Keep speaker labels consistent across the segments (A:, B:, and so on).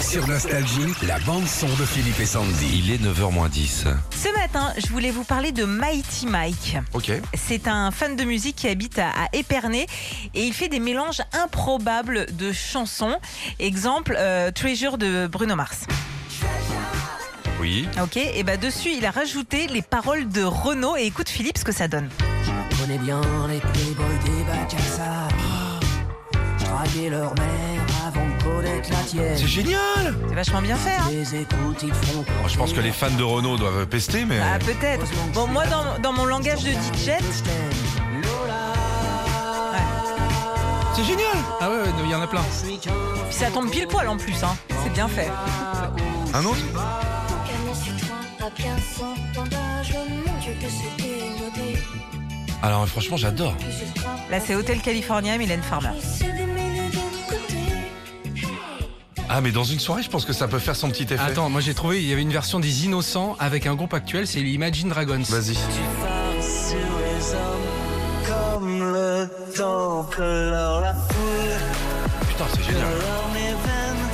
A: Sur Nostalgie, la bande-son de Philippe et Sandy.
B: Il est 9h moins 10.
C: Ce matin, je voulais vous parler de Mighty Mike.
B: Ok.
C: C'est un fan de musique qui habite à, à Épernay et il fait des mélanges improbables de chansons. Exemple, euh, Treasure de Bruno Mars.
B: Oui.
C: Ok, et bah dessus, il a rajouté les paroles de Renaud et écoute Philippe ce que ça donne.
D: Je connais bien les playboys des bacs à sable. Je draguais leur mère avant de connaître la tienne.
B: C'est génial
C: C'est vachement bien fait, hein
D: Je les écoute, ils font
B: Oh, Je pense que les fans de Renault doivent pester, mais.
C: Ah, peut-être. Bon, moi, dans, dans mon langage de DJ,
B: C'est génial Ah ouais, il y en a plein.
C: ça tombe pile poil en plus, hein. C'est bien fait.
B: Un autre
E: Canner sur toi, à bien sans bandage, mon dieu que c'est démodé.
B: Alors franchement, j'adore.
E: Plus je frappe,
C: Là, c'est Hotel California, Mylène Farmer.
E: plus se démêler de mon côté.
B: Ah, mais dans une soirée, je pense que ça peut faire son petit effet.
F: Attends, moi j'ai trouvé, il y avait une version des Innocents avec un groupe actuel, c'est les Imagine Dragons.
B: Vas-y.
D: Comme le temps pleure la foule
B: Putain, c'est génial.
D: dans mes veines.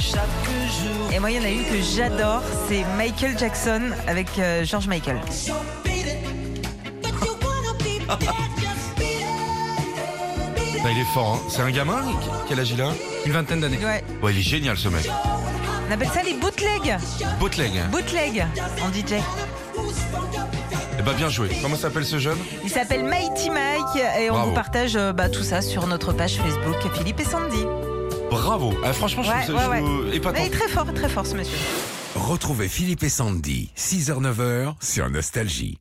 D: Chaque jour,
C: Et moi, il y en a une que j'adore, c'est Michael Jackson avec euh, George Michael.
B: Bah, il est fort, hein. C'est un gamin Quel âge il a
F: Une vingtaine d'années.
C: Ouais.
B: Ouais, il est génial ce mec.
C: On appelle ça les bootlegs.
B: Bootleg.
C: Bootleg en DJ.
B: Eh bah, bien joué. Comment s'appelle ce jeune
C: Il s'appelle Mighty Mike et on
B: Bravo.
C: vous partage euh, bah, tout ça sur notre page Facebook Philippe et Sandy.
B: Bravo. Ah, franchement, je
C: Ouais,
B: trouve ça
C: ouais,
B: je trouve épatant.
C: Mais il est très fort, très fort ce monsieur.
A: Retrouvez Philippe et Sandy, 6h-9h, sur Nostalgie.